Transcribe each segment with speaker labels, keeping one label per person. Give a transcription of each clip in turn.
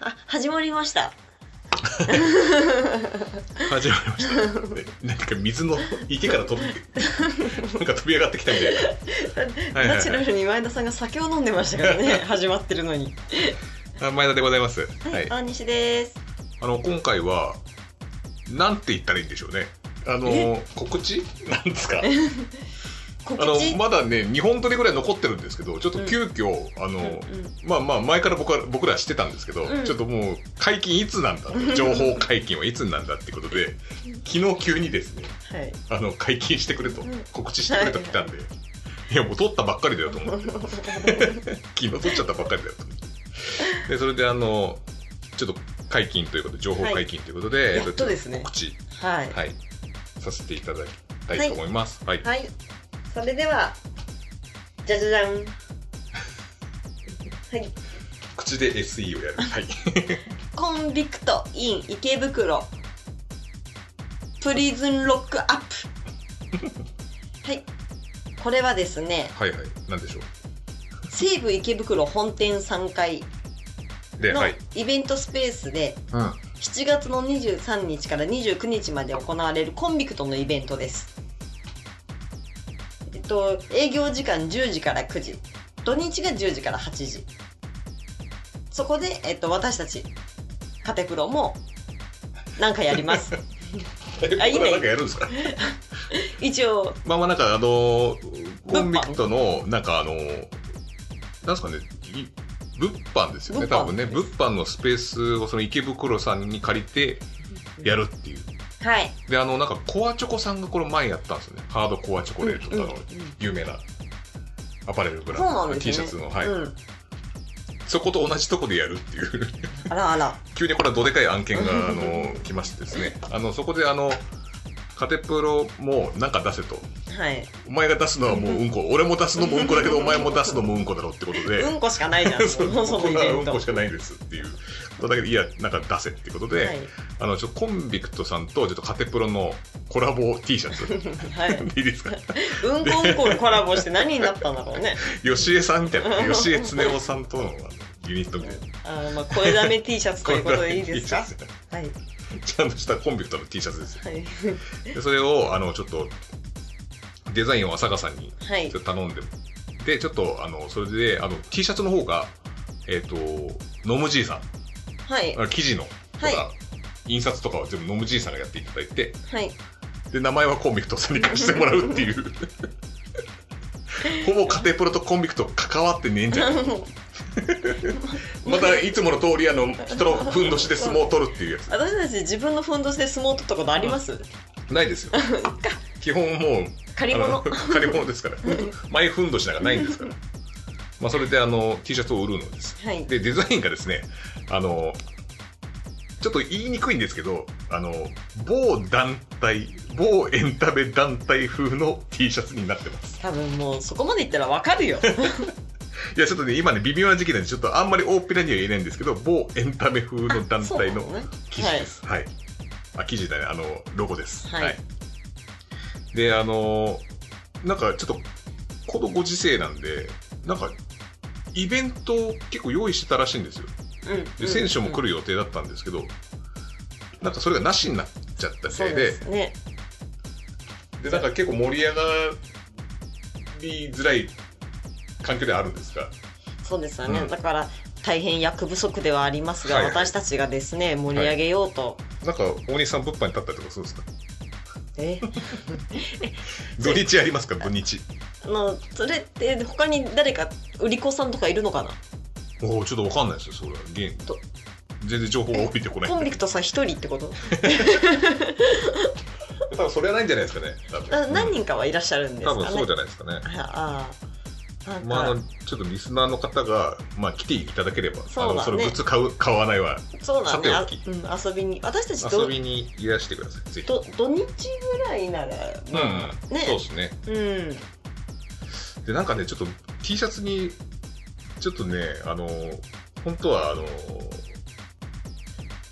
Speaker 1: あ、始まりました。
Speaker 2: 始まりました、 ね、なんか水の池から飛びなんか飛び上がってきたみたいはいはい
Speaker 1: ナチュラルに前田さんが酒を飲んでましたから ね、始まってるのに。
Speaker 2: なあ前田でございますは、
Speaker 1: はいい、あ、西です。
Speaker 2: あの今回はなんて言ったらいいんでしょうねあの
Speaker 1: え
Speaker 2: 告知なんですか
Speaker 1: 告
Speaker 2: あの
Speaker 1: 知。
Speaker 2: まだね日本撮りぐらい残ってるんですけどちょっと急遽、あの、
Speaker 1: うん
Speaker 2: まあまあ前から僕は僕ら知ってたんですけど、
Speaker 1: うん
Speaker 2: ちょっともう解禁いつなんだ情報解禁はいつなんだってことで昨日急にですね
Speaker 1: はい。
Speaker 2: あの解禁してくれと
Speaker 1: うん
Speaker 2: 告知してくれと来たんで、いやもう撮ったばっかりだよと思って 昨日撮っちゃったばっかりだよと思ってでそれであのちょっと解禁ということで情報解禁ということで、
Speaker 1: い
Speaker 2: え
Speaker 1: やっとですね
Speaker 2: 告知
Speaker 1: はい。
Speaker 2: はいさせていただきたいと思いますはい、
Speaker 1: はい。それでは。じゃじゃじ ゃん。はい。
Speaker 2: 口で SE をやるはい
Speaker 1: コンビクトイン池袋。プリズンロックアッ プ。はい。これはですね、
Speaker 2: はいはいなんでしょ
Speaker 1: 西武池袋本店3階
Speaker 2: うで
Speaker 1: の
Speaker 2: はい、
Speaker 1: イベントスペースで
Speaker 2: うん、は
Speaker 1: 7月の23日から29日まで行われるコンビクトのイベントです。えっと、営業時間10時から9時。土日が10時から8時。そこで、えっと、私たち、カテプロも、なんかやり ます。あいいね
Speaker 2: これなんかやるんですか
Speaker 1: 一応、
Speaker 2: まあまあなんかあのコンビクトのなんかあのなんすかねい物販ですよね
Speaker 1: 物販
Speaker 2: 多分ね物販のスペースをその池袋さんに借りてやるっていう
Speaker 1: はい。
Speaker 2: であのなんかコアチョコさんがこれ前やったんですよねハードコアチョコレート
Speaker 1: うん
Speaker 2: の
Speaker 1: う
Speaker 2: あ
Speaker 1: ん
Speaker 2: の有名なアパレルブラ
Speaker 1: そうなん
Speaker 2: ンド、
Speaker 1: です
Speaker 2: T
Speaker 1: ね。
Speaker 2: シャツのはい、
Speaker 1: うん。
Speaker 2: そこと同じとこでやるっていう
Speaker 1: あらあら。
Speaker 2: 急にこれはどでかい案件があの来ましてですねあのそこであのカテプロもなんか出せと
Speaker 1: はい。
Speaker 2: お前が出すのはもううんこ、俺も出すのもうんこだけど、お前も出すのもうんこだろってことで、
Speaker 1: うんこしかないじゃん。そ
Speaker 2: そう
Speaker 1: のそのイ
Speaker 2: 僕はう
Speaker 1: ベン
Speaker 2: ん
Speaker 1: ト。
Speaker 2: こしかないんですっていうことだけで、いや、なんか出せってことで、
Speaker 1: はい。
Speaker 2: あのちょコンビクトさんとちょっとカテプロのコラボ T シャツ、
Speaker 1: はい。
Speaker 2: いいですか、
Speaker 1: うんこうんこのコラボして何になったんだろうね。
Speaker 2: 吉江さんみたいな、吉江恒夫さんとのあのユニットみたいな。
Speaker 1: あのまあ声だめ T シャツということでいいですか
Speaker 2: T シャ。ツ
Speaker 1: はい
Speaker 2: ちゃんとしたコンビクトの T シャツですよ
Speaker 1: はい
Speaker 2: でそれをあのちょっとデザインを朝香さんに
Speaker 1: はい
Speaker 2: ちょっと頼んで、で、ちょっと、あの、それで、あの、T シャツの方が、えっ、と、ノムじいさん、
Speaker 1: はい
Speaker 2: あ生地の、とか、
Speaker 1: は
Speaker 2: 印刷とかは全部ノムじいさんがやっていただいて、
Speaker 1: はい
Speaker 2: で、名前はコンビクトさんに貸してもらうっていう。ほぼカテプロとコンビクト関わってね えんじゃん。またいつもの通りあの人のふんどしで相撲を取るっていうやつ。
Speaker 1: 私たち自分のふんどしで相撲取ったことあります？
Speaker 2: ないで すよ。基本もう
Speaker 1: 借り
Speaker 2: あの
Speaker 1: 物。
Speaker 2: 借り物で すから。前ふんどしなんかないんですから。まあそれであの T シャツを売るのです。
Speaker 1: はい
Speaker 2: でデザインがですねあのちょっと言いにくいんですけどあの某団体某エンタメ団体風の T シャツになってます
Speaker 1: 多分もうそこまでいったらわかるよ。
Speaker 2: いやちょっとね今ね微妙な時期なんでちょっとあんまり大っぴらには言えないんですけど某エンタメ風の 団
Speaker 1: そう
Speaker 2: 体
Speaker 1: な
Speaker 2: の
Speaker 1: ね。
Speaker 2: 記事ですはい、あ記事だねあのロゴです
Speaker 1: はい
Speaker 2: であのなんかちょっとこのご時世なんでなんかイベントを結構用意してたらしいんですよ
Speaker 1: はい。うんう
Speaker 2: で
Speaker 1: ん。
Speaker 2: 選手も来
Speaker 1: る
Speaker 2: る予定だったんですけど、なんかそれがなしになっちゃった
Speaker 1: そう
Speaker 2: せい
Speaker 1: で
Speaker 2: です
Speaker 1: ね。
Speaker 2: でなんか結構盛り上がりづらい環境ではあるんですが
Speaker 1: そうですよね。
Speaker 2: うん
Speaker 1: だから大変役不足ではありますが、
Speaker 2: はいはい
Speaker 1: 私たちがですね盛り上げようと。
Speaker 2: なんか大西さん物販に立ったりとかそうですか
Speaker 1: え
Speaker 2: 土日やりますか土日
Speaker 1: あのそれって他に誰か売り子さんとかいるのかな
Speaker 2: おおちょっとわかんないですよそれは現
Speaker 1: と
Speaker 2: 全然情報が降りてこない
Speaker 1: コン
Speaker 2: ん
Speaker 1: ビ
Speaker 2: で
Speaker 1: クトさん一人ってこと
Speaker 2: 多分それはないんじゃないですかね多
Speaker 1: あ
Speaker 2: 分
Speaker 1: 何人かはいらっしゃるんですか
Speaker 2: 多
Speaker 1: ね
Speaker 2: 分そうじゃないですかね
Speaker 1: ああなんか、
Speaker 2: まあ、あのちょっとリスナーの方が、まあ、来ていただければ、
Speaker 1: そう
Speaker 2: あ
Speaker 1: だね
Speaker 2: のそのグッズ買う買わないは
Speaker 1: そうだねあ
Speaker 2: さ
Speaker 1: う
Speaker 2: て
Speaker 1: ん、遊びに私たち
Speaker 2: 遊
Speaker 1: ど
Speaker 2: びにいらしてくださいぜひ
Speaker 1: ど土日ぐらいなら
Speaker 2: うん、うん
Speaker 1: ね
Speaker 2: そうですね
Speaker 1: うん
Speaker 2: でなんかねちょっと T シャツにちょっとねあの本当はあの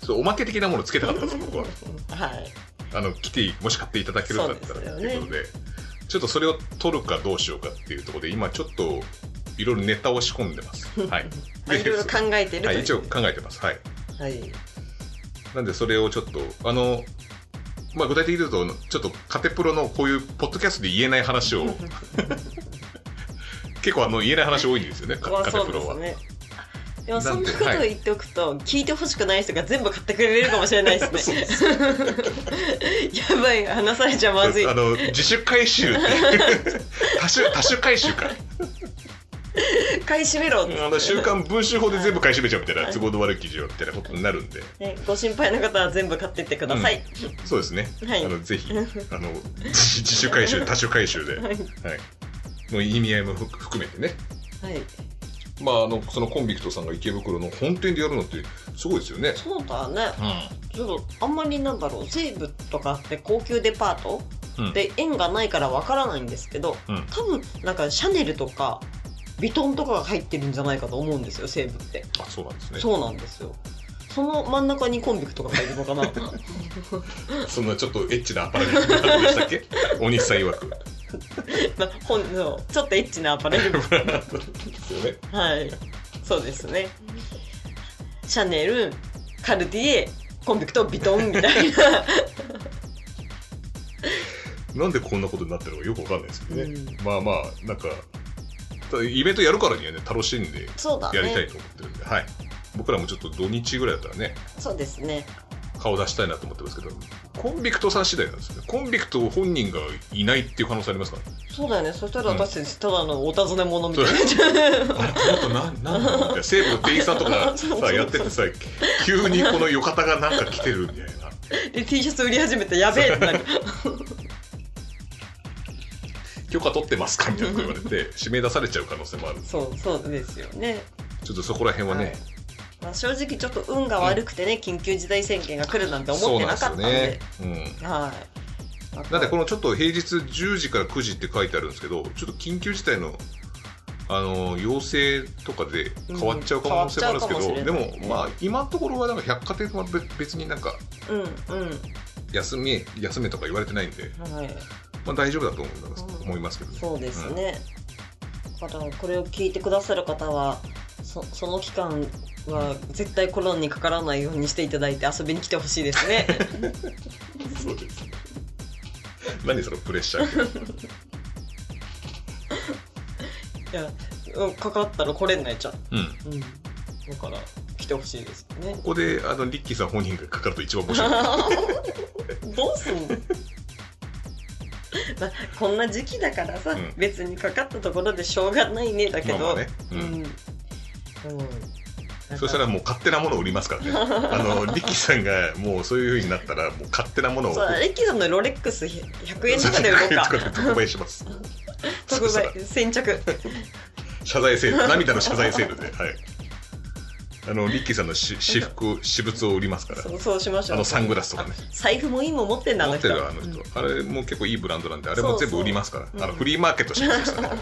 Speaker 2: そうおまけ的なものつけたかったんです 僕は
Speaker 1: はい
Speaker 2: あの来てもし買っていただけるんだったら
Speaker 1: そう
Speaker 2: っ
Speaker 1: ですよ
Speaker 2: て
Speaker 1: ね
Speaker 2: いうことでちょっとそれを取るかどうしようかっていうところで今ちょっといろいろネタを仕込んでますはい
Speaker 1: まあいろいろ考えてると
Speaker 2: はいい、
Speaker 1: う
Speaker 2: 一応考えてますはい
Speaker 1: はい。
Speaker 2: なんでそれをちょっと、あの、まあ、具体的に言うと、ちょっとカテプロのこういうポッドキャストで言えない 話を、結構あの言えない話多いんですよね、カ
Speaker 1: まあ
Speaker 2: カテ
Speaker 1: そう
Speaker 2: プ
Speaker 1: で
Speaker 2: ロは
Speaker 1: す。ね。でも
Speaker 2: な
Speaker 1: そん
Speaker 2: んで
Speaker 1: なことを言っておくと、聞いてほしくない人が全部買ってくれるかもしれないです ね。やばい、話されちゃまずい
Speaker 2: あ。の自主回収っていう多種多種回収か
Speaker 1: 買い占めろっつって
Speaker 2: あの週刊文春法で全部買い占めちゃうみたいな都合の悪い記事をみたいなことになるんで
Speaker 1: ね、ご心配の方は全部買ってってください。
Speaker 2: そうですね、
Speaker 1: はい
Speaker 2: あのぜひあの自自主回収多種回収で、
Speaker 1: はい。
Speaker 2: はい、の意味合いも含含めてね
Speaker 1: はい。
Speaker 2: まああのそのコンビクトさんが池袋の本店でやるのってすごいですよね
Speaker 1: そうだね。
Speaker 2: う
Speaker 1: ちょっと、あんまりなんだろう、西武とかって高級デパート
Speaker 2: ん、うん、
Speaker 1: で縁がないからわからないんですけど、
Speaker 2: うん
Speaker 1: 多分、なんかシャネルとか、ヴィトンとかが入ってるんじゃないかと思うんですよ、西武って。
Speaker 2: あそうなんですね
Speaker 1: そうなんですよ。その真ん中にコンビクトが入るの かな。
Speaker 2: そんなちょっとエッチなアパレルの感じでしたっけ 大西さん曰く
Speaker 1: まあ、本のちょっとエッチなアパレル。
Speaker 2: ですよね
Speaker 1: はい。そうですね。シャネル、カルディエ、コンビクト、ビトンみ たいな。
Speaker 2: なんでこんなことになってるのかよくわかんないですけどね、
Speaker 1: う
Speaker 2: まあまあなんかただイベントやるからにはね楽しんで
Speaker 1: そうだね。
Speaker 2: やりたいと思ってるんで、はい僕らもちょっと土日ぐらいだったらね
Speaker 1: そうですね。
Speaker 2: 顔出したいなと思ってますけどコンビクトさん次第なんですよねコンビクト本人がいないっていう可能性ありますからね
Speaker 1: そうだよね。そしたら私たちただのお尋ね者みたいになっちゃう。
Speaker 2: あれこの後なんなんだろうみたいな西武の店員さんとか
Speaker 1: そうそう
Speaker 2: さ
Speaker 1: そう
Speaker 2: やっててさ急にこの浴衣がなんか来てるみたいな
Speaker 1: で T シャツ売り始めてやべえってなる。
Speaker 2: 許可取ってますかみたいなこと言われて指名出されちゃう可能性もある
Speaker 1: そうそうですよね。
Speaker 2: ちょっとそこら辺はね、
Speaker 1: はいまあ、正直ちょっと運が悪くてね、緊急事態宣言が来るなんて思ってなかったんで。
Speaker 2: そうなんですよね、
Speaker 1: はい。
Speaker 2: うん、なんでこのちょっと平日10時から9時って書いてあるんですけどちょっと緊急事態のあの要請とかで変わっちゃう可能性もあるんで
Speaker 1: うん変わっちゃうか
Speaker 2: すけど、で
Speaker 1: もしれない
Speaker 2: もまあ今のところはなんか百貨店は別別になんか
Speaker 1: うんうん
Speaker 2: 休み休めとか言われてないんで、
Speaker 1: はい
Speaker 2: まあ、大丈夫だと思います,、
Speaker 1: うん
Speaker 2: 思いますけどね
Speaker 1: そうですね、だからこれを聞いてくださる方はそその期間は絶対コロナにかからないようにしていただいて遊びに来てほしいです ね
Speaker 2: そうですね何そのプレッシャー
Speaker 1: いやうんかかったら来れないじゃん、
Speaker 2: うん
Speaker 1: うん、だから来てほしいですよね
Speaker 2: ここであのリッキーさん本人がかかると一番面白い
Speaker 1: どうすんの、まあ、こんな時期だからさ、
Speaker 2: うん
Speaker 1: 別にかかったところでしょうがないねだけど、
Speaker 2: まあまあね、う
Speaker 1: うんん、うん、
Speaker 2: そしたらもう勝手なものを売りま すからね。あの、リキさんがもうそういう風になったら、もう勝手なものを。
Speaker 1: そうレッキーさんのロレックス100円とかで売ろうか
Speaker 2: 100円とかで特売します。
Speaker 1: 特
Speaker 2: そしたら
Speaker 1: 売先着
Speaker 2: 謝罪セール、涙の謝罪セールで、はい。あの、リッキーさんのし私服、私物を売りますから。
Speaker 1: そうそうしましょう
Speaker 2: あのサングラスとかね
Speaker 1: あ財布もいいもん持ってんだあ
Speaker 2: 持
Speaker 1: の
Speaker 2: って
Speaker 1: 人
Speaker 2: るあの人、あれも結構いいブランドなんで、あれも全部売りますから。
Speaker 1: そうそう
Speaker 2: あの、フリーマーケットしてましたね。
Speaker 1: 100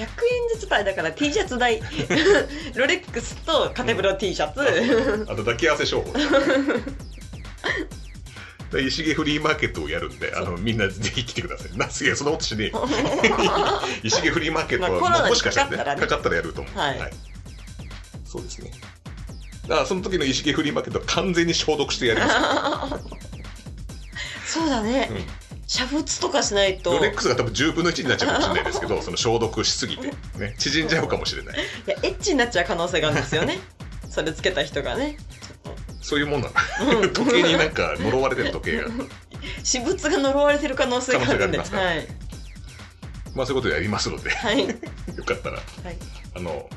Speaker 1: 円ずつ買いだから T シャツ代 ロレックスとカテブロ T シャツ、
Speaker 2: あと、抱き合わせ商法。で石毛フリーマーケットをやるんで、あの、みんなぜひ来てください。なすげえ、そんなことしねえよ。石毛フリーマーケットは、
Speaker 1: まあコロナに
Speaker 2: もしかしたらね
Speaker 1: かかったらね
Speaker 2: かかったらやると思う、
Speaker 1: はい
Speaker 2: そうですねだからその時の石毛フリーマーケットは完全に消毒してや ります、
Speaker 1: そうだね、
Speaker 2: うん
Speaker 1: 煮沸とかしないと
Speaker 2: ロレックスが多分10分の1になっちゃうかもしれないです けどその消毒しすぎて、ね、縮んじゃうかもしれない
Speaker 1: いやエッチになっちゃう可能性があるんですよ ねそれつけた人がねちょっ
Speaker 2: そういうもんな
Speaker 1: う
Speaker 2: の
Speaker 1: ん
Speaker 2: 時計になんか呪われてる時計が
Speaker 1: と私物が呪われてる可能性があるんで
Speaker 2: 可能性があ
Speaker 1: はい
Speaker 2: まあそういうことでやりますので
Speaker 1: はい
Speaker 2: よかったら
Speaker 1: はい、
Speaker 2: あの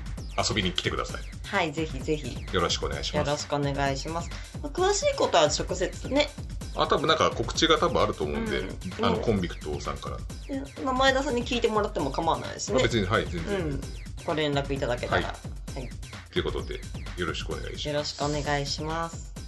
Speaker 2: 遊びに来てくださ
Speaker 1: はい、ぜひぜひ
Speaker 2: いよろしくお願いし
Speaker 1: よ
Speaker 2: ま
Speaker 1: ろ
Speaker 2: す
Speaker 1: しくお願いしますまあ詳しいことは直接ね
Speaker 2: あ多分なんか告知が多分あると思うんで、
Speaker 1: うん
Speaker 2: あの
Speaker 1: うん
Speaker 2: コンビクトさんから、
Speaker 1: ねまあ前田さんに聞いてもらっても構わないです
Speaker 2: まあ
Speaker 1: ね
Speaker 2: 別にはい全然、
Speaker 1: うんご連絡いただけたら、
Speaker 2: はいということでよろしくお願いします
Speaker 1: よろしくお願いします。